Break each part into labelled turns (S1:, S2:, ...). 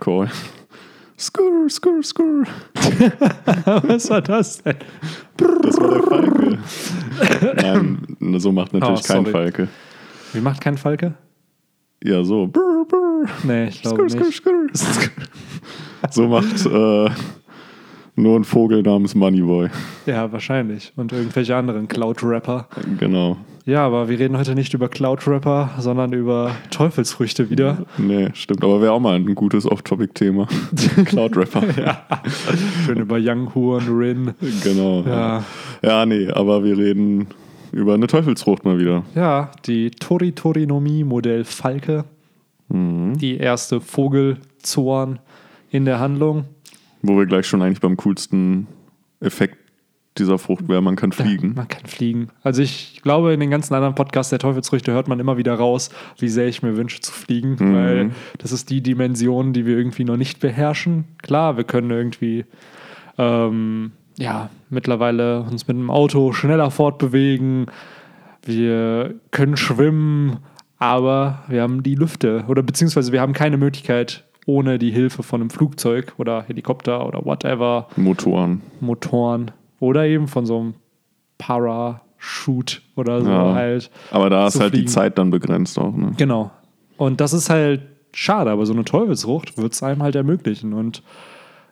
S1: Call. Skurr, skurr, skurr.
S2: Was war das denn?
S1: Das war der Falke. Nein, so macht natürlich
S2: Oh,
S1: kein
S2: sorry.
S1: Falke.
S2: Wie macht kein Falke?
S1: Ja, so. Brr, brr.
S2: Nee, ich glaube
S1: Skurr, skurr,
S2: nicht.
S1: skurr. So macht äh, nur ein Vogel namens Moneyboy.
S2: Ja, wahrscheinlich. Und irgendwelche anderen Cloud-Rapper.
S1: Genau.
S2: Ja, aber wir reden heute nicht über Cloud-Rapper, sondern über Teufelsfrüchte wieder.
S1: Nee, stimmt. Aber wäre auch mal ein gutes Off-Topic-Thema. Cloud-Rapper.
S2: Schön über Young Huan Rin.
S1: Genau.
S2: Ja.
S1: ja, nee, aber wir reden über eine Teufelsfrucht mal wieder.
S2: Ja, die Toritorinomie Modell Falke. Die erste Vogelzorn in der Handlung.
S1: Wo wir gleich schon eigentlich beim coolsten Effekt dieser Frucht wären, man kann fliegen.
S2: Man kann fliegen. Also ich glaube, in den ganzen anderen Podcasts der Teufelsfrüchte hört man immer wieder raus, wie sehr ich mir wünsche zu fliegen, weil das ist die Dimension, die wir irgendwie noch nicht beherrschen. Klar, wir können irgendwie ähm, ja, mittlerweile uns mit dem Auto schneller fortbewegen, wir können schwimmen, aber wir haben die Lüfte oder beziehungsweise wir haben keine Möglichkeit, ohne die Hilfe von einem Flugzeug oder Helikopter oder whatever
S1: Motoren.
S2: Motoren oder eben von so einem Parachute oder so
S1: Ja.
S2: halt.
S1: Aber da ist
S2: zu
S1: halt die
S2: fliegen.
S1: Zeit dann begrenzt auch. Ne?
S2: Genau. Und das ist halt schade, aber so eine Teufelsfrucht wird es einem halt ermöglichen. Und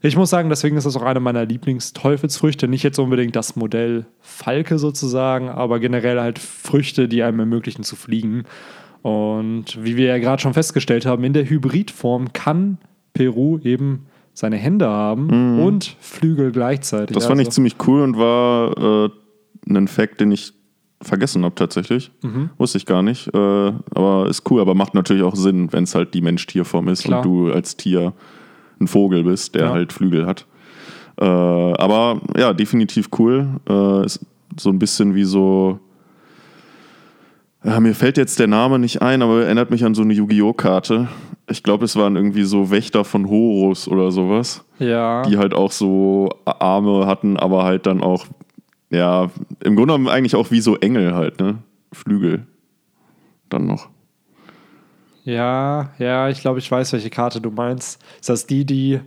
S2: ich muss sagen, deswegen ist das auch eine meiner Lieblingsteufelsfrüchte. Nicht jetzt unbedingt das Modell Falke sozusagen, aber generell halt Früchte, die einem ermöglichen zu fliegen. Und wie wir ja gerade schon festgestellt haben, in der Hybridform kann Peru eben seine Hände haben und Flügel gleichzeitig.
S1: Mhm. Das fand ich
S2: Also-
S1: ziemlich cool und war äh, ein Fact, den ich vergessen habe tatsächlich.
S2: Mhm.
S1: Wusste ich gar nicht. Äh, aber ist cool, aber macht natürlich auch Sinn, wenn es halt die Mensch-Tier-Form ist
S2: Klar.
S1: und du als Tier ein Vogel bist, der
S2: Ja.
S1: halt Flügel hat. Äh, aber ja, definitiv cool. Äh, ist so ein bisschen wie so. Ja, mir fällt jetzt der Name nicht ein, aber erinnert mich an so eine Yu-Gi-Oh!-Karte. Ich glaube, es waren irgendwie so Wächter von Horus oder sowas
S2: Ja.
S1: die halt auch so Arme hatten, aber halt dann auch, ja, im Grunde genommen eigentlich auch wie so Engel halt, ne? Flügel. Dann noch.
S2: Ja, ja, ich glaube, ich weiß, welche Karte du meinst. Ist das die, die.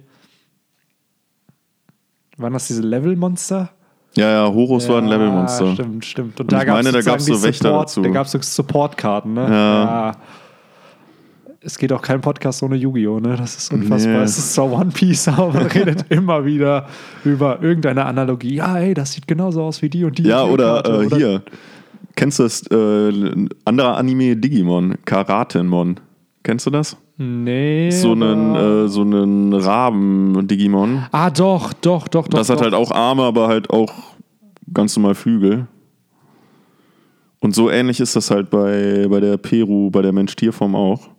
S2: Waren das diese Level-Monster?
S1: Ja, ja, Horus war ein
S2: Ja,
S1: Levelmonster.
S2: Stimmt, stimmt. Und,
S1: ich meine, da
S2: sozusagen
S1: gab's so
S2: die
S1: Wächter
S2: Support,
S1: dazu.
S2: Da gab es so Support-Karten, ne?
S1: Ja.
S2: Es geht auch kein Podcast ohne Yu-Gi-Oh!, ne? Das ist unfassbar.
S1: Nee.
S2: Es ist zwar One Piece, aber man redet immer wieder über irgendeine Analogie. Ja, ey, das sieht genauso aus wie die und die.
S1: Ja,
S2: und die
S1: oder,
S2: Karte,
S1: äh, hier. Kennst du das äh, anderer Anime Digimon? Karatenmon. Kennst du das?
S2: Nee.
S1: So einen,
S2: aber-
S1: äh, so einen Raben-Digimon.
S2: ah, doch, doch, doch, doch.
S1: Das hat
S2: doch.
S1: halt auch Arme, aber halt auch ganz normal Flügel. Und so ähnlich ist das halt bei, bei der Peru, bei der Mensch-Tier-Form auch.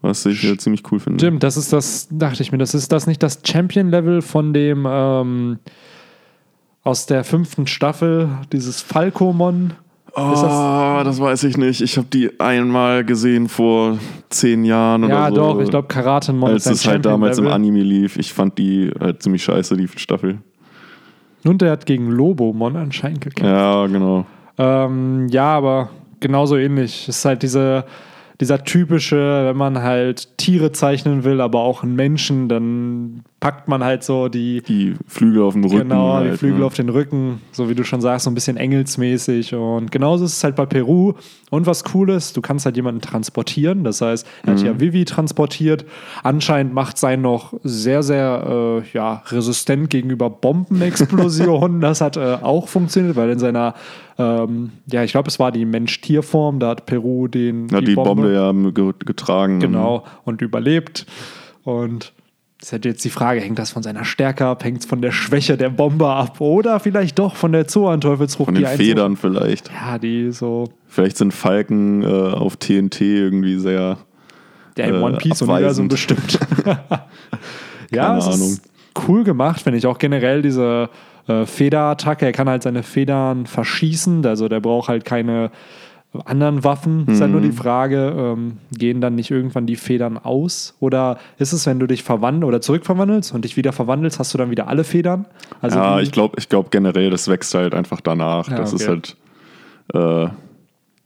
S1: Was ich äh, ziemlich cool finde.
S2: Stimmt, das ist das, dachte ich mir, das ist das nicht das Champion-Level von dem ähm, aus der fünften Staffel, dieses Falcomon.
S1: Oh,
S2: Ist
S1: das, weiß ich nicht. Ich habe die einmal gesehen vor zehn Jahren oder
S2: Ja,
S1: so.
S2: doch, ich glaube Karatenmon
S1: Als
S2: ein
S1: es halt damals im
S2: Champion-Level.
S1: Anime lief. Ich fand die halt ziemlich scheiße, die Staffel.
S2: Und der hat gegen Lobomon anscheinend gekämpft.
S1: Ja, genau.
S2: Ähm, ja, aber genauso ähnlich. Es ist halt diese, dieser typische, wenn man halt Tiere zeichnen will, aber auch einen Menschen, dann packt man halt so die,
S1: Die Flügel auf dem Rücken.
S2: Genau,
S1: halt,
S2: die Flügel
S1: ne?
S2: auf den Rücken, so wie du schon sagst, so ein bisschen engelsmäßig. Und genauso ist es halt bei Peru. Und was cool ist, du kannst halt jemanden transportieren. Das heißt, er
S1: Mhm.
S2: hat ja Vivi transportiert. Anscheinend macht sein noch sehr, sehr äh, ja, resistent gegenüber Bombenexplosionen. das hat äh, auch funktioniert, weil in seiner, ähm, ja, ich glaube, es war die Mensch-Tier-Form, da hat Peru den,
S1: Hat die, Bombe, ja ge- getragen.
S2: Genau, und überlebt. Und es hätte jetzt die Frage, hängt das von seiner Stärke ab, hängt es von der Schwäche der Bombe ab oder vielleicht doch von der Zoan-Teufelsrucht?
S1: Von den
S2: die einen so-
S1: Federn vielleicht.
S2: Ja, die so,
S1: Vielleicht sind Falken äh, auf TNT irgendwie sehr.
S2: der im
S1: Äh,
S2: One-Piece-Universum
S1: abweisend.
S2: bestimmt. ja,
S1: Keine
S2: es ist cool gemacht, finde ich. Auch generell diese äh, Federattacke, er kann halt seine Federn verschießen, also der braucht halt keine anderen Waffen. Ist halt nur
S1: Mhm.
S2: die Frage, ähm, gehen dann nicht irgendwann die Federn aus? Oder ist es, wenn du dich verwandelst oder zurückverwandelst und dich wieder verwandelst, hast du dann wieder alle Federn? Also
S1: ja,
S2: die-
S1: ich glaube ich glaub generell, das wächst halt einfach danach.
S2: Ja,
S1: das ist
S2: okay.
S1: halt. Äh,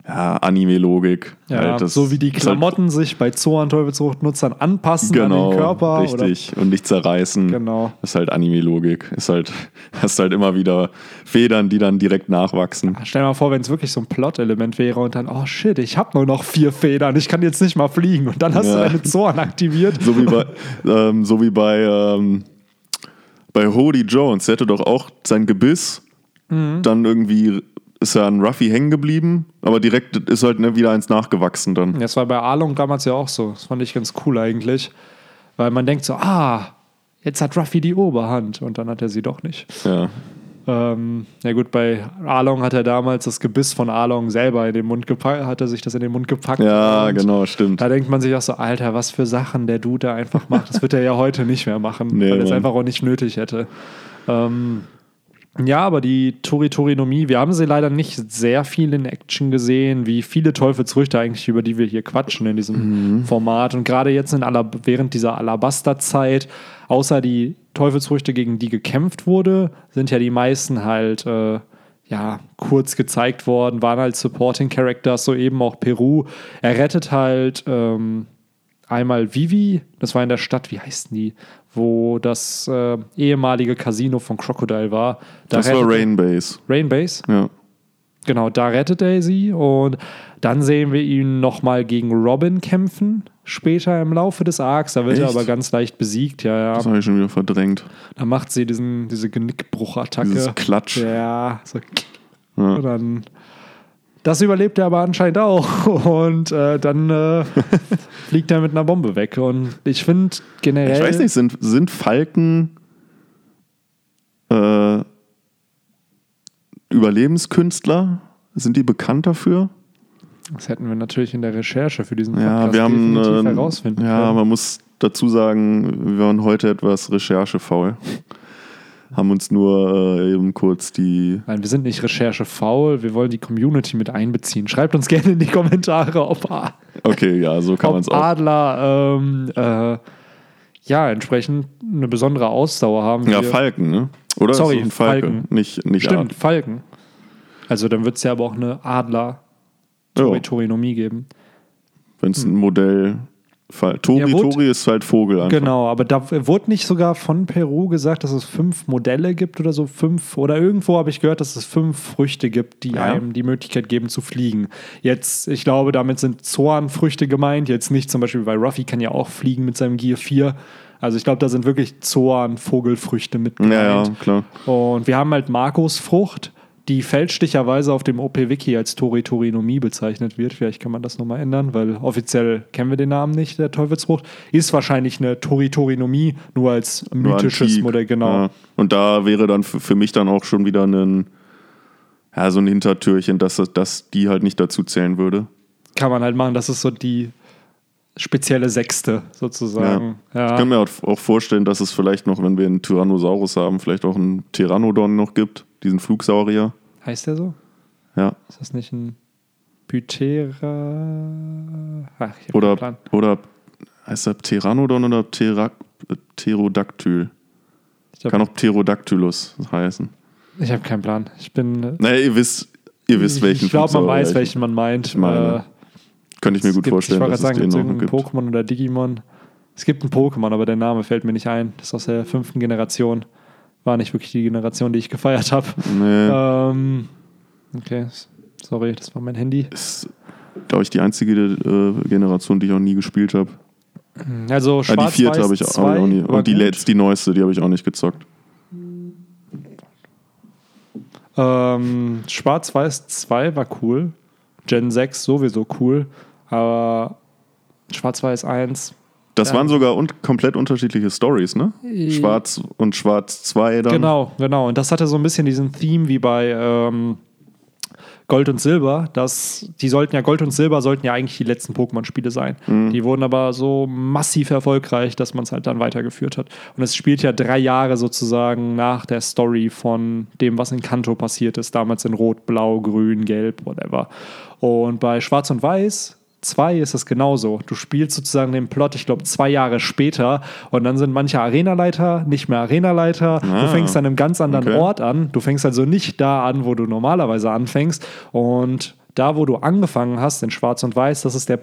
S1: ja, Anime-Logik.
S2: Ja,
S1: halt, das
S2: so wie die
S1: ist halt-
S2: Klamotten sich bei Zoan Teufelsfruchtnutzern anpassen
S1: Genau,
S2: an den Körper.
S1: richtig. Und nicht zerreißen.
S2: Oder, genau.
S1: Das ist halt Anime-Logik. Ist halt, hast halt immer wieder Federn, die dann direkt nachwachsen.
S2: Stell dir mal vor, wenn es wirklich so ein Plot-Element wäre und dann, oh shit, ich habe nur noch vier Federn, ich kann jetzt nicht mal fliegen. Und dann hast
S1: Ja.
S2: du deine Zoan aktiviert.
S1: So wie bei, ähm, so wie bei, ähm, bei Hody Jones. Der hatte doch auch sein Gebiss.
S2: Mhm.
S1: Dann irgendwie ist er an Ruffy hängen geblieben, aber direkt ist halt ne, wieder eins nachgewachsen dann.
S2: Das war bei Arlong damals ja auch so. Das fand ich ganz cool eigentlich. Weil man denkt so, ah, jetzt hat Ruffy die Oberhand. Und dann hat er sie doch nicht.
S1: Ja.
S2: Ähm, ja gut, bei Arlong hat er damals das Gebiss von Arlong selber in den Mund gepackt, hat er sich das in den Mund gepackt.
S1: Ja,
S2: Und
S1: genau, stimmt.
S2: Da denkt man sich auch so, Alter, was für Sachen der Dude da einfach macht. Das wird er ja heute nicht mehr machen,
S1: Nee,
S2: weil er es
S1: Mann.
S2: einfach auch nicht nötig hätte. Ähm, ja, aber die Toritorinomie, wir haben sie leider nicht sehr viel in Action gesehen, wie viele Teufelsrüchte eigentlich, über die wir hier quatschen in diesem Format. Und gerade jetzt in Alab während dieser Alabaster-Zeit, außer die Teufelsrüchte, gegen die gekämpft wurde, sind ja die meisten halt äh, ja, kurz gezeigt worden, waren halt Supporting Characters, so eben auch Peru. Er rettet halt ähm, einmal Vivi, das war in der Stadt, wie heißt die, wo das äh, ehemalige Casino von Crocodile war. Da
S1: Das war
S2: rettet-
S1: Rainbase.
S2: Rain Base.
S1: Ja.
S2: Genau, da rettet er sie und dann sehen wir ihn nochmal gegen Robin kämpfen. Später im Laufe des Arcs, da wird er
S1: Echt?
S2: aber ganz leicht besiegt, ja,
S1: Das
S2: ja.
S1: habe ich schon wieder verdrängt.
S2: Da macht sie diesen, diese Genickbruchattacke.
S1: Dieses Klatsch.
S2: Ja, so. Und dann. Das überlebt er aber anscheinend auch. Und äh, dann äh, fliegt er mit einer Bombe weg. Und ich finde generell.
S1: Ich weiß nicht, sind, sind Falken äh, Überlebenskünstler? Sind die bekannt dafür?
S2: Das hätten wir natürlich in der Recherche für diesen Podcast
S1: Ja, wir haben.
S2: definitiv
S1: äh,
S2: herausfinden
S1: ja,
S2: können.
S1: man muss dazu sagen, wir waren heute etwas recherchefaul. Haben uns nur äh, eben kurz die.
S2: Nein, wir sind nicht recherchefaul. Wir wollen die Community mit einbeziehen. Schreibt uns gerne in die Kommentare, ob, A-
S1: Okay, ja, so kann man es
S2: ob
S1: auch.
S2: Adler ähm, äh, ja entsprechend eine besondere Ausdauer haben.
S1: Ja,
S2: Wir-
S1: Falken, ne? Oder? Ist
S2: Sorry,
S1: doch ein Falke,
S2: Falken.
S1: Nicht, nicht
S2: Stimmt, Falken. Also dann wird es ja aber auch eine Adler
S1: Ja,
S2: Torinomie geben.
S1: Wenn es ein Modell. Fal Tori,
S2: Hm. Ja, wurde-
S1: Tori ist halt Vogel einfach.
S2: Genau, aber da wurde nicht sogar von Peru gesagt, dass es fünf Modelle gibt oder so, fünf oder irgendwo habe ich gehört, dass es fünf Früchte gibt, die
S1: Ja.
S2: einem die Möglichkeit geben zu fliegen. Jetzt, ich glaube, damit sind Zoan-Früchte gemeint, jetzt nicht zum Beispiel, weil Ruffy kann ja auch fliegen mit seinem Gear 4. Also ich glaube, da sind wirklich Zoan-Vogelfrüchte mit gemeint.
S1: Ja, ja, klar.
S2: Und wir haben halt Markus Frucht, die fälschlicherweise auf dem OP-Wiki als Toritorinomie bezeichnet wird. Vielleicht kann man das nochmal ändern, weil offiziell kennen wir den Namen nicht, der Teufelsfrucht. Ist wahrscheinlich eine Toritorinomie, nur als
S1: Nur
S2: mythisches
S1: antik,
S2: Modell, genau.
S1: ja. Und da wäre dann für, für mich dann auch schon wieder ein, ja, so ein Hintertürchen, dass, das- dass die halt nicht dazu zählen würde.
S2: Kann man halt machen, das ist so die spezielle Sechste sozusagen. Ja.
S1: Ich kann mir auch- auch vorstellen, dass es vielleicht noch, wenn wir einen Tyrannosaurus haben, vielleicht auch einen Pteranodon noch gibt, diesen Flugsaurier.
S2: Heißt der so?
S1: Ja.
S2: Ist das nicht ein Pythera? Ach, ich hab keinen
S1: Oder,
S2: Plan.
S1: oder heißt er Pteranodon oder Ptera, Pterodactyl?
S2: Ich hab-
S1: Kann auch Pterodactylus heißen.
S2: Ich habe keinen Plan. Ich bin.
S1: Naja, ihr wisst, ihr wisst welchen
S2: Ich glaube, man
S1: Flugsaurier
S2: weiß,
S1: ich-
S2: welchen man meint.
S1: meine.
S2: Äh,
S1: Könnte ich mir
S2: Es
S1: gut
S2: gibt-
S1: vorstellen,
S2: Ich wollte
S1: dass es
S2: gerade
S1: den
S2: sagen,
S1: noch
S2: gibt
S1: gibt.
S2: es irgendein Pokémon oder Digimon? Es gibt ein Pokémon, aber der Name fällt mir nicht ein. Das ist aus der fünften Generation. War nicht wirklich die Generation, die ich gefeiert habe.
S1: Nee.
S2: Ähm, okay, s- sorry, das war mein Handy.
S1: ist, glaube ich, die einzige äh, Generation, die ich auch nie gespielt habe.
S2: Also
S1: Äh, die
S2: schwarz
S1: vierte habe ich, auch- hab ich auch nie. Und die letzte, die neueste, die habe ich auch nicht gezockt.
S2: Ähm, Schwarz-Weiß 2 war cool. Gen 6 sowieso cool. Aber Schwarz-Weiß 1
S1: Das
S2: Ja.
S1: waren sogar un komplett unterschiedliche Stories, ne? Schwarz und Schwarz 2 dann.
S2: Äh. Genau, genau. Und das hatte so ein bisschen diesen Theme wie bei ähm, Gold und Silber. Dass die sollten ja Gold und Silber sollten ja eigentlich die letzten Pokémon-Spiele sein. Die wurden aber so massiv erfolgreich, dass man es halt dann weitergeführt hat. Und es spielt ja drei Jahre sozusagen nach der Story von dem, was in Kanto passiert ist. Damals in Rot, Blau, Grün, Gelb, whatever. Und bei Schwarz und Weiß 2 ist es genauso. Du spielst sozusagen den Plot, ich glaube, zwei Jahre später und dann sind manche Arenaleiter nicht mehr Arenaleiter.
S1: Ah,
S2: du fängst an einem ganz anderen
S1: okay.
S2: Ort an. Du fängst also nicht da an, wo du normalerweise anfängst. Und da, wo du angefangen hast, in Schwarz und Weiß, das ist der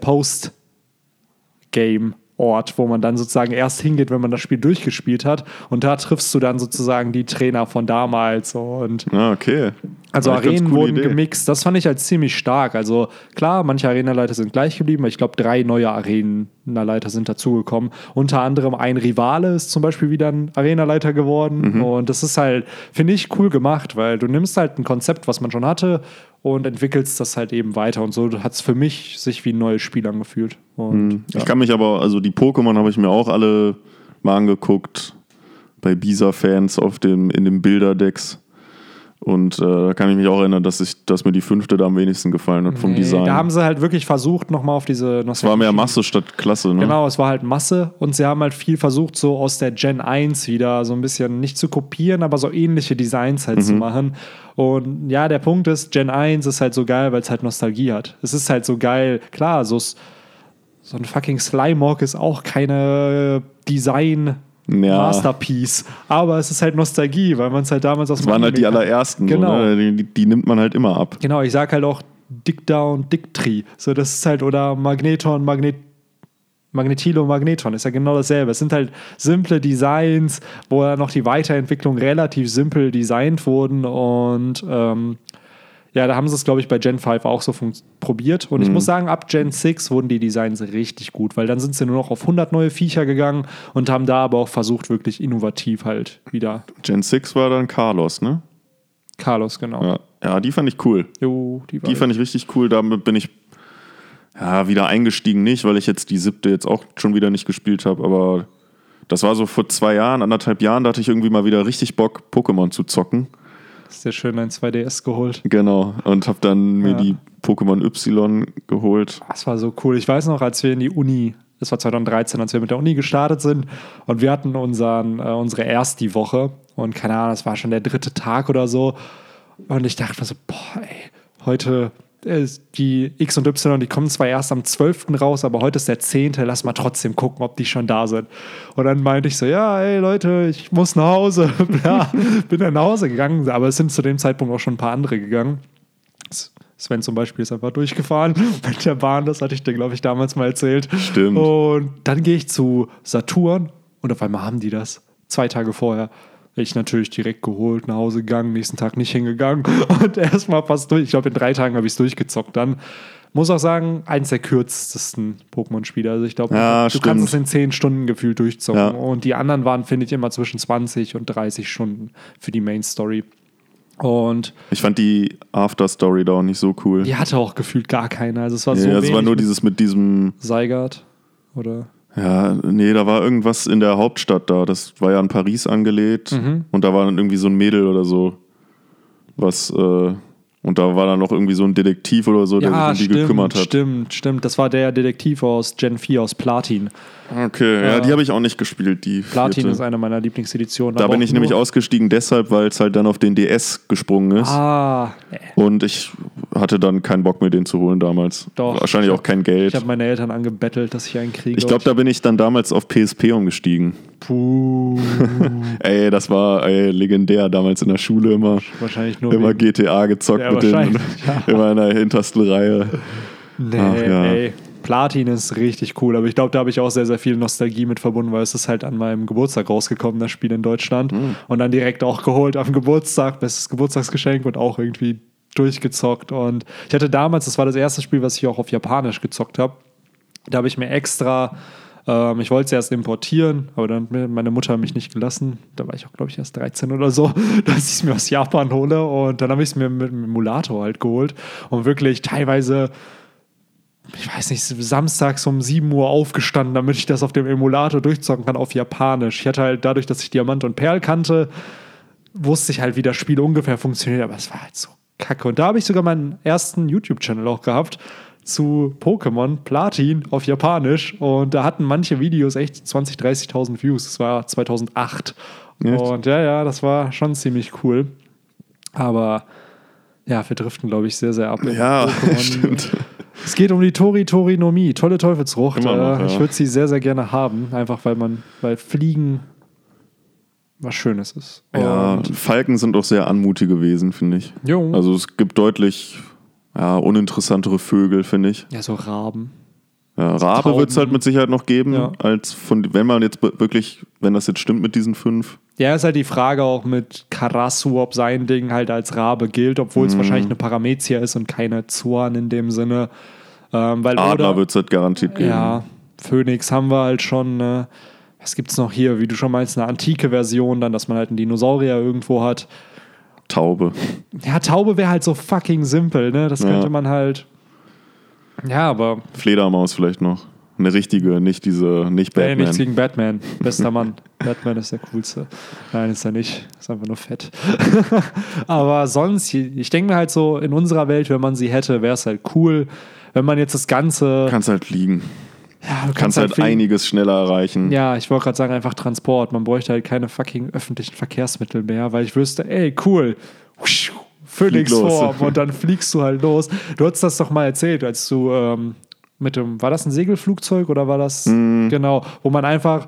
S2: Post-Game. Ort, wo man dann sozusagen erst hingeht, wenn man das Spiel durchgespielt hat. Und da triffst du dann sozusagen die Trainer von damals. Und
S1: Ah, okay.
S2: also
S1: Eigentlich ganz
S2: Arenen
S1: coole
S2: wurden
S1: Idee.
S2: gemixt. Das fand ich als ziemlich stark. Also klar, manche Arenaleiter sind gleich geblieben, aber ich glaube, drei neue Arenaleiter sind dazugekommen. Unter anderem ein Rivale ist zum Beispiel wieder ein Arenaleiter geworden.
S1: Mhm.
S2: Und das ist halt, finde ich, cool gemacht, weil du nimmst halt ein Konzept, was man schon hatte, und entwickelst das halt eben weiter. Und so hat es für mich sich wie ein neues Spiel angefühlt. Und
S1: Ich kann mich aber, also die Pokémon habe ich mir auch alle mal angeguckt bei Bisa-Fans auf dem, in den Bilderdecks. Und äh, da kann ich mich auch erinnern, dass, ich, dass mir die fünfte da am wenigsten gefallen hat vom
S2: Nee,
S1: Design.
S2: Da haben sie halt wirklich versucht, nochmal auf diese
S1: es war mehr Masse statt Klasse, ne?
S2: Genau, es war halt Masse und sie haben halt viel versucht, so aus der Gen 1 wieder so ein bisschen nicht zu kopieren, aber so ähnliche Designs halt
S1: Mhm.
S2: zu machen. Und ja, der Punkt ist, Gen 1 ist halt so geil, weil es halt Nostalgie hat. Es ist halt so geil, klar, so, s- so ein fucking Slymog ist auch keine Design-
S1: Ja.
S2: Masterpiece. Aber es ist halt Nostalgie, weil man es halt damals aus
S1: Das
S2: dem
S1: waren
S2: Anime
S1: halt die
S2: kannte.
S1: allerersten.
S2: Genau.
S1: So, ne? die, die nimmt man halt immer ab.
S2: Genau, ich sag halt auch Dick Down, Dick Tree. So, das ist halt, oder Magneton, Magnet. Magnetilo, Magneton ist ja genau dasselbe. Es sind halt simple Designs, wo dann noch die Weiterentwicklung relativ simpel designt wurden und ähm, ja, da haben sie es, glaube ich, bei Gen 5 auch so fun- probiert. Und ich
S1: Mhm.
S2: muss sagen, ab Gen 6 wurden die Designs richtig gut, weil dann sind sie nur noch auf 100 neue Viecher gegangen und haben da aber auch versucht, wirklich innovativ halt wieder.
S1: Gen 6 war dann Carlos, ne?
S2: Carlos, genau.
S1: Ja, ja die fand ich cool.
S2: Jo, die war
S1: Die fand ich richtig cool. Damit bin ich ja, wieder eingestiegen, nicht, weil ich jetzt die siebte jetzt auch schon wieder nicht gespielt habe, aber das war so vor zwei Jahren, anderthalb Jahren, da hatte ich irgendwie mal wieder richtig Bock, Pokémon zu zocken.
S2: sehr schön ein 2DS geholt.
S1: Genau. Und habe dann mir
S2: Ja.
S1: die Pokémon Y geholt.
S2: Das war so cool. Ich weiß noch, als wir in die Uni, das war 2013, als wir mit der Uni gestartet sind und wir hatten unseren, äh, unsere erste Woche und keine Ahnung, das war schon der dritte Tag oder so. Und ich dachte mir so, boah, ey, heute ist die X und Y, die kommen zwar erst am 12. raus, aber heute ist der 10. Lass mal trotzdem gucken, ob die schon da sind. Und dann meinte ich so, ja, ey Leute, ich muss nach Hause. ja, bin dann nach Hause gegangen, aber es sind zu dem Zeitpunkt auch schon ein paar andere gegangen. Sven zum Beispiel ist einfach durchgefahren mit der Bahn, das hatte ich dir, glaube ich, damals mal erzählt.
S1: Stimmt.
S2: Und dann gehe ich zu Saturn und auf einmal haben die das. Zwei Tage vorher. Ich natürlich direkt geholt, nach Hause gegangen, nächsten Tag nicht hingegangen und erstmal fast durch. Ich glaube, in drei Tagen habe ich es durchgezockt. Dann muss auch sagen, eins der kürzesten Pokémon-Spiele. Also ich glaube,
S1: Ja,
S2: du
S1: stimmt.
S2: kannst es in zehn Stunden gefühlt durchzocken.
S1: Ja.
S2: Und die anderen waren, finde ich, immer zwischen 20 und 30 Stunden für die Main-Story. Und
S1: Ich fand die After-Story da auch nicht so cool. Ja,
S2: die hatte auch gefühlt gar keine. Also es war so
S1: es war
S2: wenig
S1: nur
S2: mit
S1: dieses mit diesem,
S2: Seigert oder
S1: ja, nee, da war irgendwas in der Hauptstadt da. Das war ja an Paris angelegt.
S2: Mhm.
S1: Und da war dann irgendwie so ein Mädel oder so, was, äh, und da war dann noch irgendwie so ein Detektiv oder so, der sich um die gekümmert hat.
S2: stimmt, stimmt. Das war der Detektiv aus Gen 4 aus Platin.
S1: Okay, ja,
S2: Ja.
S1: die habe ich auch nicht gespielt, die
S2: Platin
S1: vierte.
S2: ist eine meiner Lieblingseditionen.
S1: Da
S2: aber
S1: bin
S2: auch
S1: ich nämlich
S2: nur-
S1: ausgestiegen deshalb, weil es halt dann auf den DS gesprungen ist.
S2: Ah, nee.
S1: Und ich hatte dann keinen Bock mir den zu holen damals.
S2: Doch.
S1: Wahrscheinlich auch kein Geld.
S2: ich habe meine Eltern angebettelt, dass ich einen kriege.
S1: Ich glaube, da bin ich dann damals auf PSP umgestiegen.
S2: Puh, Mhm.
S1: Ey, das war ey, legendär damals in der Schule immer.
S2: wahrscheinlich nur.
S1: Immer
S2: wegen-
S1: GTA gezockt
S2: Ja,
S1: mit den,
S2: wahrscheinlich, ja.
S1: immer in der hintersten Reihe.
S2: Nee,
S1: Ach, ja.
S2: ey. Platin ist richtig cool, aber ich glaube, da habe ich auch sehr, sehr viel Nostalgie mit verbunden, weil es ist halt an meinem Geburtstag rausgekommen, das Spiel in Deutschland.
S1: Hm.
S2: Und dann direkt auch geholt am Geburtstag, bestes Geburtstagsgeschenk und auch irgendwie durchgezockt. Und ich hatte damals, das war das erste Spiel, was ich auch auf Japanisch gezockt habe. Da habe ich mir extra, ähm, ich wollte es erst importieren, aber dann hat mir meine Mutter mich nicht gelassen. Da war ich auch, glaube ich, erst 13 oder so, dass ich es mir aus Japan hole. Und dann habe ich es mir mit einem Emulator halt geholt und wirklich teilweise, ich weiß nicht, samstags um 7 Uhr aufgestanden, damit ich das auf dem Emulator durchzocken kann auf Japanisch. Ich hatte halt dadurch, dass ich Diamant und Perl kannte, wusste ich halt, wie das Spiel ungefähr funktioniert, aber es war halt so kacke. Und da habe ich sogar meinen ersten YouTube-Channel auch gehabt zu Pokémon Platin auf Japanisch und da hatten manche Videos echt 20.000, 30.000 Views. Das war 2008.
S1: Echt?
S2: Und ja, ja, das war schon ziemlich cool. Aber ja, wir driften, glaube ich, sehr, sehr ab. in
S1: Ja,
S2: Pokémon.
S1: stimmt.
S2: Es geht um die Tori Torinomie, tolle Teufelsfrucht.
S1: Immer noch,
S2: äh,
S1: ja.
S2: Ich würde sie sehr, sehr gerne haben, einfach weil man, weil Fliegen was Schönes ist.
S1: Ja, Also-
S2: Und
S1: Falken sind auch sehr anmutige Wesen, finde ich.
S2: Jo.
S1: Also es gibt deutlich ja, uninteressantere Vögel, finde ich.
S2: Ja, so Raben.
S1: Ja,
S2: So
S1: Rabe wird es halt
S2: Tauben.
S1: mit Sicherheit noch geben,
S2: Ja.
S1: als von, wenn man jetzt be- wirklich, wenn das jetzt stimmt mit diesen fünf.
S2: Ja, ist halt die Frage auch mit Karasu, ob sein Ding halt als Rabe gilt, obwohl
S1: Mhm.
S2: es wahrscheinlich eine Paramezia ist und keine Zorn in dem Sinne. Ähm, weil
S1: Adler
S2: oder-
S1: wird es halt garantiert geben.
S2: Ja, Phoenix haben wir halt schon. Ne? Was gibt's noch hier? Wie du schon meinst, eine antike Version, dann, dass man halt einen Dinosaurier irgendwo hat.
S1: Taube.
S2: Ja, Taube wäre halt so fucking simpel, ne? Das könnte
S1: Ja.
S2: man halt. Ja, aber
S1: Fledermaus vielleicht noch. Eine richtige, nicht diese, nicht
S2: ey,
S1: Batman.
S2: nichts gegen Batman. Bester Mann. Batman ist der coolste. Nein, ist er nicht. Ist einfach nur fett. aber sonst, ich denke mir halt so, in unserer Welt, wenn man sie hätte, wäre es halt cool. Wenn man jetzt das Ganze.
S1: kannst halt fliegen.
S2: ja, du
S1: Kannst, halt
S2: viel-
S1: einiges schneller erreichen.
S2: Ja, ich wollte gerade sagen, einfach Transport. Man bräuchte halt keine fucking öffentlichen Verkehrsmittel mehr, weil ich wüsste, ey, cool. Husch, Phoenix
S1: los.
S2: Form und dann fliegst du halt los. Du hattest das doch mal erzählt, als du ähm, mit dem, war das ein Segelflugzeug oder war das,
S1: Mhm.
S2: genau, wo man einfach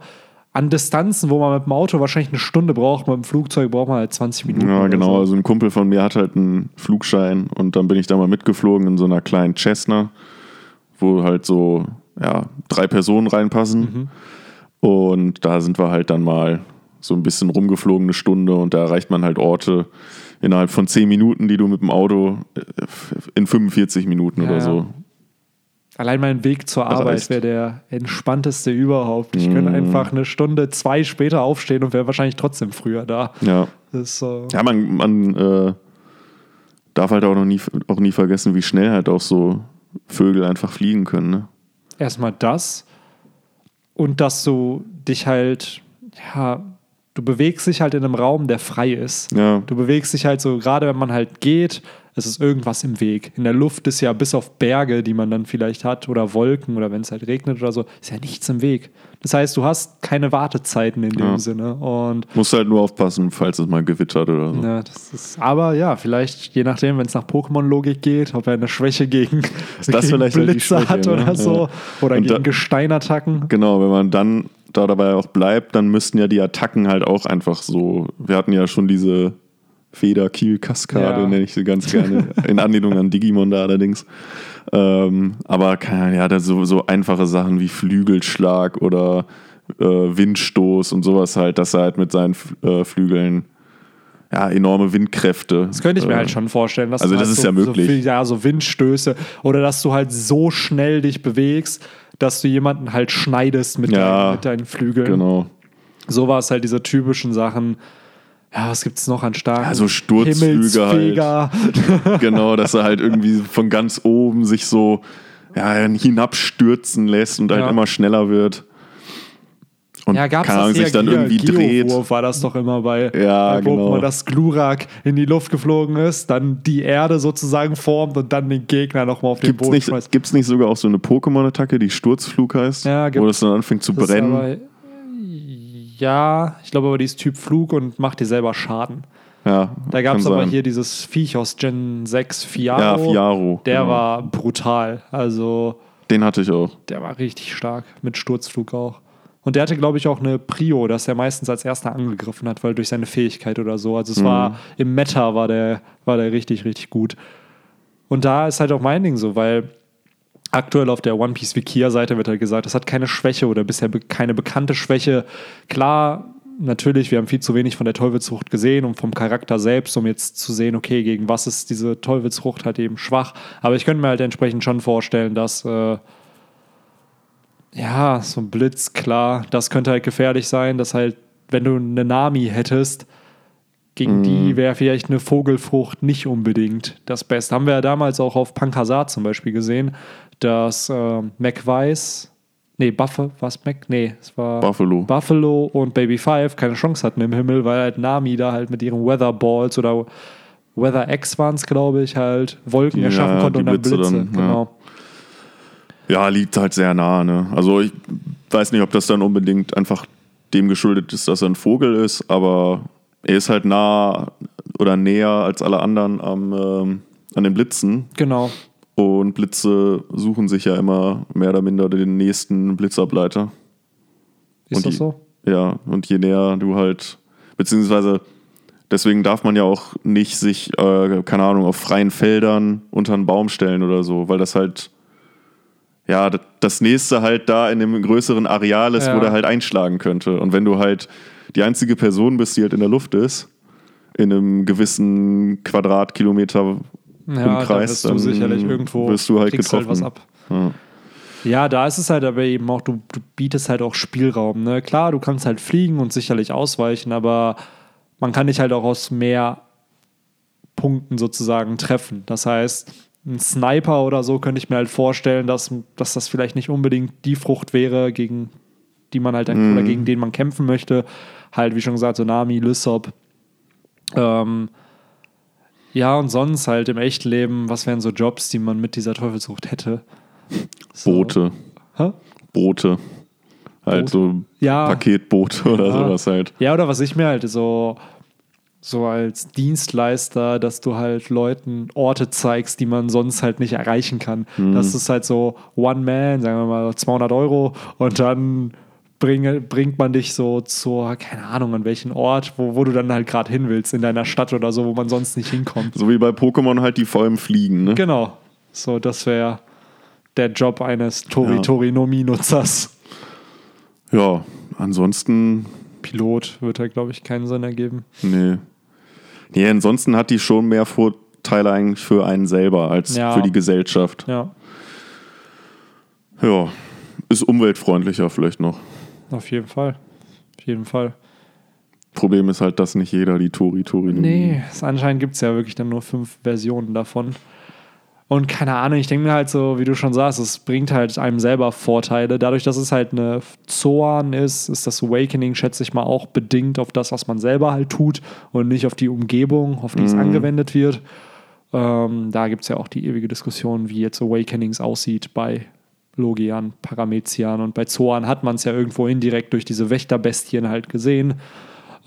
S2: an Distanzen, wo man mit dem Auto wahrscheinlich eine Stunde braucht, mit dem Flugzeug braucht man halt 20 Minuten.
S1: Ja,
S2: oder
S1: genau.
S2: So.
S1: Also ein Kumpel von mir hat halt einen Flugschein und dann bin ich da mal mitgeflogen in so einer kleinen Cessna, wo halt so ja, drei Personen
S2: Mhm.
S1: reinpassen. Und da sind wir halt dann mal so ein bisschen rumgeflogen, eine Stunde und da erreicht man halt Orte innerhalb von zehn Minuten, die du mit dem Auto äh, in 45 Minuten
S2: Ja,
S1: oder
S2: ja.
S1: so.
S2: Allein mein Weg zur Arbeit
S1: Reist.
S2: wäre der entspannteste überhaupt. Ich
S1: Mhm.
S2: könnte einfach eine Stunde, zwei später aufstehen und wäre wahrscheinlich trotzdem früher da.
S1: Ja,
S2: Das ist so.
S1: ja man, man äh, darf halt auch noch nie, auch nie vergessen, wie schnell halt auch so Vögel einfach fliegen können. Ne?
S2: erstmal das und dass du dich halt, ja, du bewegst dich halt in einem Raum, der frei ist.
S1: Ja.
S2: Du bewegst dich halt so, gerade wenn man halt geht, es ist irgendwas im Weg. In der Luft ist ja bis auf Berge, die man dann vielleicht hat oder Wolken oder wenn es halt regnet oder so, ist ja nichts im Weg. Das heißt, du hast keine Wartezeiten in dem
S1: Ja.
S2: Sinne und
S1: Musst halt nur aufpassen, falls es mal gewittert oder so.
S2: ne, das ist, aber ja, vielleicht je nachdem, wenn es nach Pokémon-Logik geht, ob er eine Schwäche gegen,
S1: das
S2: gegen
S1: vielleicht halt die
S2: Blitze
S1: Schwäche,
S2: hat oder
S1: ne?
S2: so
S1: Ja.
S2: oder
S1: Und da-
S2: gegen Gesteinattacken.
S1: Genau, wenn man dann da dabei auch bleibt, dann müssten ja die Attacken halt auch einfach so. Wir hatten ja schon diese Feder-Kiel-Kaskade,
S2: Ja.
S1: nenne ich sie ganz gerne, in Anlehnung an Digimon da allerdings. Ähm, aber keine Ahnung, ja, da so, so einfache Sachen wie Flügelschlag oder äh, Windstoß und sowas halt, dass er halt mit seinen F- äh, Flügeln ja, enorme Windkräfte.
S2: Das könnte ich mir halt schon vorstellen. Dass
S1: also
S2: du
S1: das
S2: halt
S1: ist
S2: so,
S1: ja möglich.
S2: So viel, ja, so Windstöße oder dass du halt so schnell dich bewegst, dass du jemanden halt schneidest mit,
S1: Ja,
S2: deinen, mit deinen Flügeln.
S1: Genau.
S2: So war es halt diese typischen Sachen. Ja, was gibt es noch an starken?
S1: Ja, so Sturzflüge
S2: Himmelsfeger.
S1: genau, dass er halt irgendwie von ganz oben sich so ja, hinabstürzen lässt und
S2: Ja.
S1: halt immer schneller wird. Und
S2: Ja, gab's
S1: keine Ahnung,
S2: das
S1: sich
S2: hier?
S1: dann
S2: Gia-
S1: irgendwie dreht.
S2: Geowurf war das doch immer bei,
S1: Ja,
S2: wo
S1: genau.
S2: man das Glurak in die Luft geflogen ist, dann die Erde sozusagen formt und dann den Gegner nochmal auf den
S1: Gibt's
S2: Boden
S1: nicht,
S2: schmeißt.
S1: gibt's nicht sogar auch so eine Pokémon-Attacke, die Sturzflug heißt,
S2: Ja,
S1: wo
S2: gibt's.
S1: das dann anfängt zu
S2: Das ist
S1: brennen?
S2: aber- ja, ich glaube aber, die ist Typ Flug und macht dir selber Schaden.
S1: Ja,
S2: Da gab es
S1: kann
S2: aber
S1: sein.
S2: hier dieses Viech aus Gen 6, Fiaro.
S1: Ja, Fiaro,
S2: Der
S1: genau.
S2: war brutal. Also,
S1: Den hatte ich auch.
S2: der war richtig stark. Mit Sturzflug auch. Und der hatte, glaube ich, auch eine Prio, dass er meistens als erster angegriffen hat, weil durch seine Fähigkeit oder so. Also, es war im Meta war der, war der richtig, richtig gut. Und da ist halt auch mein Ding so, weil aktuell auf der One Piece Wikia-Seite wird halt gesagt, es hat keine Schwäche oder bisher be keine bekannte Schwäche. Klar, natürlich, wir haben viel zu wenig von der Teufelsfrucht gesehen und vom Charakter selbst, um jetzt zu sehen, okay, gegen was ist diese Teufelsfrucht halt eben schwach. Aber ich könnte mir halt entsprechend schon vorstellen, dass. Äh, ja, so ein Blitz, klar, das könnte halt gefährlich sein, dass halt, wenn du eine Nami hättest, gegen
S1: Mhm.
S2: die wäre vielleicht eine Vogelfrucht nicht unbedingt das Beste. Haben wir ja damals auch auf Pankasar zum Beispiel gesehen, dass äh, Mac Weiss, nee, Buffe, was Mac? Nee, es war
S1: Buffalo.
S2: Buffalo und Baby Five keine Chance hatten im Himmel, weil halt Nami da halt mit ihren Weather Balls oder Weather X waren es, glaube ich, halt Wolken
S1: Ja,
S2: erschaffen
S1: die
S2: konnte und dann Blitze.
S1: Blitze dann, ja.
S2: genau.
S1: Ja, liegt halt sehr nah. Ne? Also ich weiß nicht, ob das dann unbedingt einfach dem geschuldet ist, dass er ein Vogel ist, aber er ist halt nah oder näher als alle anderen am, ähm, an den Blitzen.
S2: Genau.
S1: Und Blitze suchen sich ja immer mehr oder minder den nächsten Blitzableiter.
S2: Ist
S1: und
S2: das
S1: je,
S2: so?
S1: Ja, und je näher du halt, beziehungsweise Deswegen darf man ja auch nicht sich, äh, keine Ahnung, auf freien Feldern unter einen Baum stellen oder so, weil das halt, ja, d- das nächste halt da in einem größeren Areal ist, wo
S2: Ja.
S1: der halt einschlagen könnte. Und wenn du halt die einzige Person bist, die halt in der Luft ist, in einem gewissen Quadratkilometer
S2: Ja,
S1: im
S2: dann
S1: Kreis,
S2: wirst du sicherlich irgendwo
S1: wirst du halt
S2: kriegst
S1: getroffen.
S2: was ab.
S1: Ja.
S2: Ja, da ist es halt aber eben auch, du, du bietest halt auch Spielraum. Ne? Klar, du kannst halt fliegen und sicherlich ausweichen, aber man kann dich halt auch aus mehr Punkten sozusagen treffen. Das heißt, ein Sniper oder so könnte ich mir halt vorstellen, dass, dass das vielleicht nicht unbedingt die Frucht wäre, gegen die man halt oder gegen den man kämpfen möchte. Halt, wie schon gesagt, Tsunami, Lysop. Ähm, ja, und sonst halt im echten Leben, was wären so Jobs, die man mit dieser Teufelsfrucht hätte? So.
S1: Boote.
S2: Hä?
S1: Boote. Halt
S2: Boot?
S1: so
S2: Ja.
S1: Paketboote oder
S2: Ja.
S1: sowas halt.
S2: Ja, oder was ich mir halt so, so als Dienstleister, dass du halt Leuten Orte zeigst, die man sonst halt nicht erreichen kann. Das ist halt so One Man, sagen wir mal 200 Euro und dann bringe, bringt man dich so zur, keine Ahnung, an welchen Ort, wo, wo du dann halt gerade hin willst, in deiner Stadt oder so, wo man sonst nicht hinkommt.
S1: So wie bei Pokémon halt, die vor allem fliegen. Ne?
S2: Genau. So, das wäre der Job eines Tori-Tori-Nomi-Nutzers.
S1: Ja, ansonsten,
S2: Pilot wird da, glaube ich, keinen Sinn ergeben.
S1: nee. Nee, ansonsten hat die schon mehr Vorteile eigentlich für einen selber als
S2: Ja.
S1: für die Gesellschaft.
S2: Ja,
S1: Ja. ist umweltfreundlicher vielleicht noch.
S2: auf jeden Fall. Auf jeden Fall.
S1: Problem ist halt, dass nicht jeder die Tori Tori
S2: Nee, es, anscheinend gibt es ja wirklich dann nur fünf Versionen davon. Und keine Ahnung, ich denke mir halt so, wie du schon sagst, es bringt halt einem selber Vorteile. Dadurch, dass es halt eine Zoan ist, ist das Awakening, schätze ich mal, auch bedingt auf das, was man selber halt tut und nicht auf die Umgebung, auf die es angewendet wird. Ähm, da gibt es ja auch die ewige Diskussion, wie jetzt Awakenings aussieht bei Logian, Paramezian und bei Zoan hat man es ja irgendwo indirekt durch diese Wächterbestien halt gesehen.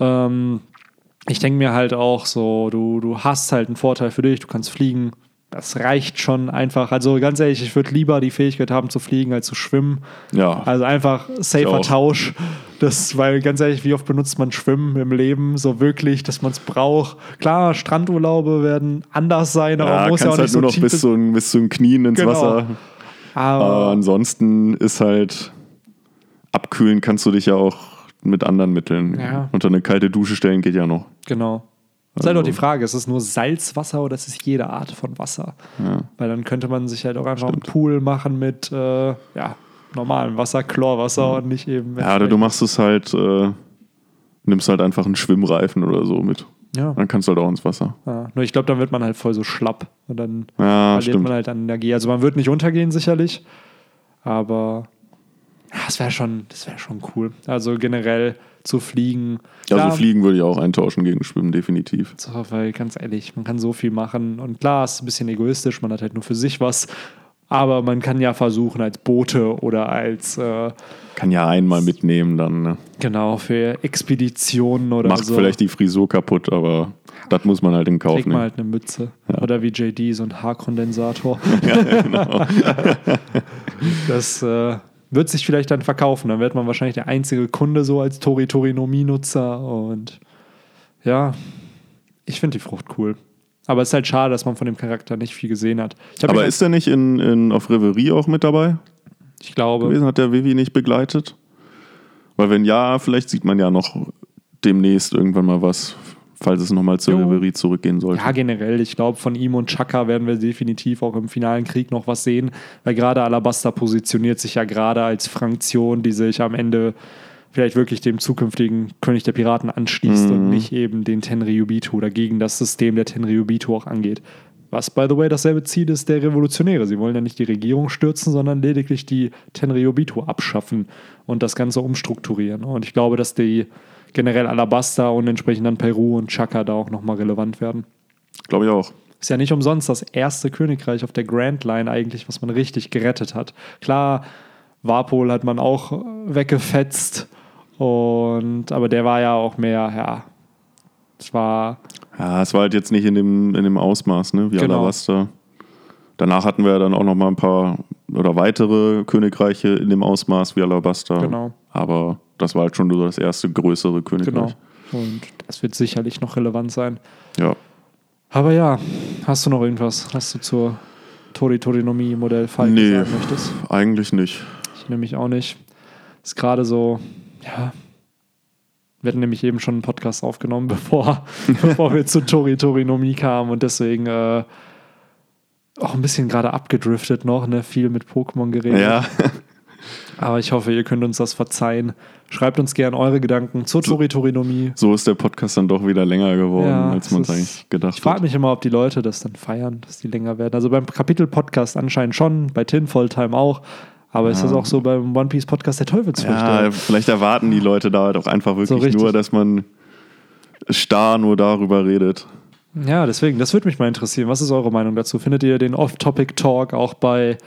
S2: Ähm, ich denke mir halt auch so, du, du hast halt einen Vorteil für dich, du kannst fliegen. Das reicht schon einfach. Also ganz ehrlich, ich würde lieber die Fähigkeit haben zu fliegen als zu schwimmen.
S1: Ja,
S2: Also einfach safer
S1: auch.
S2: Tausch. Das, weil ganz ehrlich, wie oft benutzt man Schwimmen im Leben so wirklich, dass man es braucht? Klar, Strandurlaube werden anders sein, aber
S1: ja
S2: man muss
S1: kannst
S2: ja auch
S1: halt
S2: nicht so
S1: nur noch
S2: tief
S1: bis zum, bis zum Knien ins
S2: Genau.
S1: Wasser. Ah.
S2: aber
S1: Aber ansonsten ist halt, abkühlen kannst du dich ja auch mit anderen Mitteln.
S2: Ja.
S1: Unter eine kalte Dusche stellen geht ja noch.
S2: Genau. Das ist halt auch
S1: Also-
S2: die Frage, ist es nur Salzwasser oder ist es jede Art von Wasser? Weil dann könnte man sich halt auch einfach einen Pool machen mit äh, ja, normalem Wasser, Chlorwasser und nicht eben mit.
S1: Mhm. Ja, oder du machst es halt, äh, nimmst halt einfach einen Schwimmreifen oder so mit.
S2: Ja.
S1: Dann kannst du halt auch ins Wasser.
S2: Ja. Nur ich glaube, dann wird man halt voll so schlapp und dann
S1: Ja,
S2: verliert
S1: stimmt.
S2: man halt an Energie. Also man wird nicht untergehen sicherlich, aber ja, das wäre schon, das wäre schon cool. Also generell zu fliegen.
S1: also
S2: Klar,
S1: fliegen würde ich auch eintauschen gegen Schwimmen, definitiv.
S2: So, weil ganz ehrlich, man kann so viel machen und klar, es ist ein bisschen egoistisch, man hat halt nur für sich was, aber man kann ja versuchen, als Bote oder als, äh,
S1: Kann ja einmal mitnehmen dann. Ne?
S2: genau, für Expeditionen oder
S1: Macht
S2: so.
S1: vielleicht die Frisur kaputt, aber das muss man halt in Kauf
S2: Kriegt
S1: nehmen.
S2: man halt eine Mütze. Oder wie JD, so ein Haarkondensator.
S1: genau.
S2: das äh, wird sich vielleicht dann verkaufen. Dann wird man wahrscheinlich der einzige Kunde so als Tori Torinomie-Nutzer. Und ja, ich finde die Frucht cool. Aber es ist halt schade, dass man von dem Charakter nicht viel gesehen hat. Ich, hab
S1: Aber
S2: mich-
S1: ist der nicht in, in, auf Reverie auch mit dabei
S2: ich glaube,
S1: gewesen? Hat der Vivi nicht begleitet? Weil wenn ja, vielleicht sieht man ja noch demnächst irgendwann mal was, falls es nochmal zur
S2: Jo.
S1: Reverie zurückgehen sollte.
S2: ja, generell, ich glaube, von ihm und Chaka werden wir definitiv auch im finalen Krieg noch was sehen, weil gerade Alabasta positioniert sich ja gerade als Fraktion, die sich am Ende vielleicht wirklich dem zukünftigen König der Piraten anschließt und nicht eben den Tenryubito oder gegen das System der Tenryubito auch angeht. Was, by the way, dasselbe Ziel ist der Revolutionäre. Sie wollen ja nicht die Regierung stürzen, sondern lediglich die Tenryubito abschaffen und das Ganze umstrukturieren. Und ich glaube, dass die generell Alabasta und entsprechend dann Peru und Chaka da auch nochmal relevant werden.
S1: Glaube ich auch.
S2: Ist ja nicht umsonst das erste Königreich auf der Grand Line eigentlich, was man richtig gerettet hat. Klar, Warpol hat man auch äh, weggefetzt und aber der war ja auch mehr, ja, es war
S1: Ja, es war halt jetzt nicht in dem, in dem Ausmaß, ne, wie
S2: Genau.
S1: Alabaster. Danach hatten wir ja dann auch noch mal ein paar oder weitere Königreiche in dem Ausmaß wie Alabaster.
S2: Genau.
S1: Aber das war halt schon so das erste größere Königreich.
S2: genau. Und das wird sicherlich noch relevant sein.
S1: Ja.
S2: Aber ja, hast du noch irgendwas? Hast du zur Toritorinomie-Modell-Falken
S1: Nee.
S2: sagen möchtest?
S1: Eigentlich nicht.
S2: Ich nämlich auch nicht. Ist gerade so, ja. Wir hatten nämlich eben schon einen Podcast aufgenommen, bevor, bevor wir zu Tori Torinomie kamen und deswegen äh, auch ein bisschen gerade abgedriftet noch, ne? Viel mit Pokémon geredet.
S1: Ja.
S2: Aber ich hoffe, ihr könnt uns das verzeihen. Schreibt uns gerne eure Gedanken zur Tori Torinomie.
S1: So ist der Podcast dann doch wieder länger geworden,
S2: Ja,
S1: als man
S2: es
S1: es
S2: ist-
S1: eigentlich gedacht
S2: Ich frage
S1: hat.
S2: mich immer, ob die Leute das dann feiern, dass die länger werden. Also beim Kapitel-Podcast anscheinend schon, bei Tinfall Time auch. Aber ist das auch so beim One Piece Podcast der Teufelsfrüchte?
S1: Ja, vielleicht erwarten die Leute da halt auch einfach wirklich
S2: richtig.
S1: nur, dass man starr nur darüber redet.
S2: Ja, deswegen, das würde mich mal interessieren. Was ist eure Meinung dazu? Findet ihr den Off-Topic-Talk auch bei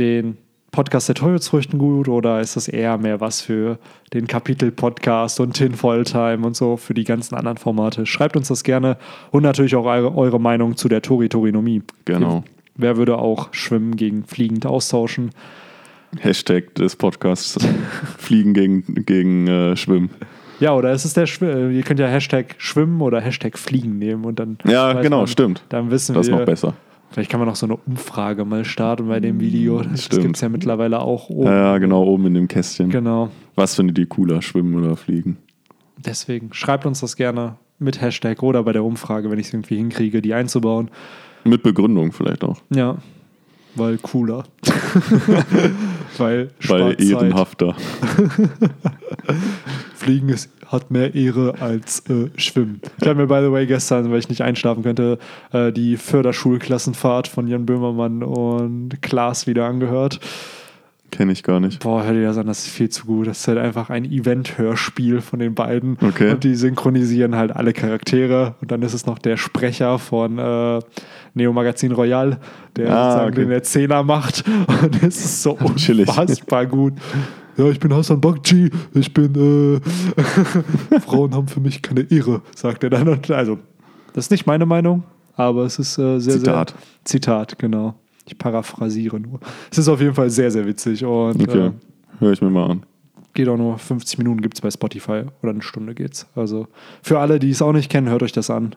S2: den Podcast der Teufelsfrüchten gut oder ist das eher mehr was für den Kapitel-Podcast und Tinfoil-Time und so für die ganzen anderen Formate? Schreibt uns das gerne und natürlich auch eure, eure Meinung zu der Tori-Torinomie.
S1: Genau.
S2: Wer würde auch Schwimmen gegen Fliegend austauschen?
S1: Hashtag des Podcasts. Fliegen gegen, gegen äh, Schwimmen.
S2: Ja, oder es ist der Schw äh, Ihr könnt ja Hashtag Schwimmen oder Hashtag Fliegen nehmen und dann.
S1: Ja,
S2: weiß
S1: genau,
S2: man,
S1: stimmt.
S2: Dann wissen
S1: Das ist
S2: wir.
S1: noch besser.
S2: Vielleicht kann man noch so eine Umfrage mal starten bei dem Video. Das
S1: Mm, Stimmt.
S2: gibt es ja mittlerweile auch oben.
S1: Ja, genau, oben in dem Kästchen.
S2: Genau.
S1: Was findet ihr cooler, schwimmen oder fliegen?
S2: Deswegen schreibt uns das gerne mit Hashtag oder bei der Umfrage, wenn ich es irgendwie hinkriege, die einzubauen.
S1: Mit Begründung vielleicht auch.
S2: Ja. Weil cooler. Weil
S1: Weil
S2: Sparzeit.
S1: ehrenhafter.
S2: Fliegen ist, hat mehr Ehre als äh, Schwimmen. Ich habe mir, by the way, gestern, weil ich nicht einschlafen könnte, äh, die Förderschulklassenfahrt von Jan Böhmermann und Klaas wieder angehört.
S1: Kenne ich gar nicht.
S2: Boah, hör dir das an, das ist viel zu gut. Das ist halt einfach ein Event-Hörspiel von den beiden.
S1: Okay.
S2: Und die synchronisieren halt alle Charaktere. Und dann ist es noch der Sprecher von äh, Neo Magazin Royal, der
S1: Ah,
S2: sozusagen
S1: okay.
S2: den Erzähler macht. Und es ist so
S1: Chillig.
S2: unfassbar gut. Ja, ich bin Hassan Bakci. Ich bin. Äh, Frauen haben für mich keine Ehre, sagt er dann. Und also, das ist nicht meine Meinung, aber es ist äh, sehr,
S1: Zitat.
S2: sehr. Zitat, genau. Ich paraphrasiere nur. Es ist auf jeden Fall sehr, sehr witzig und
S1: Okay.
S2: äh,
S1: Hör ich mir mal an.
S2: geht auch nur 50 Minuten gibt es bei Spotify oder eine Stunde geht's. Also für alle, die es auch nicht kennen, hört euch das an.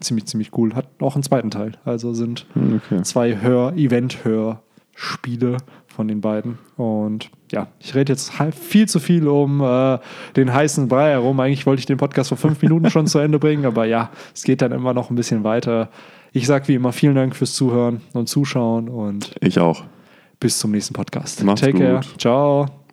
S2: Ziemlich, ziemlich cool. Hat auch einen zweiten Teil. Also sind
S1: Hm, Okay.
S2: zwei Hör-, Event-Hörspiele von den beiden. Und ja, ich rede jetzt he- viel zu viel um äh, den heißen Brei herum. Eigentlich wollte ich den Podcast vor fünf Minuten schon zu Ende bringen, aber ja, es geht dann immer noch ein bisschen weiter. Ich sage wie immer vielen Dank fürs Zuhören und Zuschauen und
S1: Ich auch.
S2: bis zum nächsten Podcast.
S1: Macht's
S2: Take care.
S1: gut.
S2: Ciao.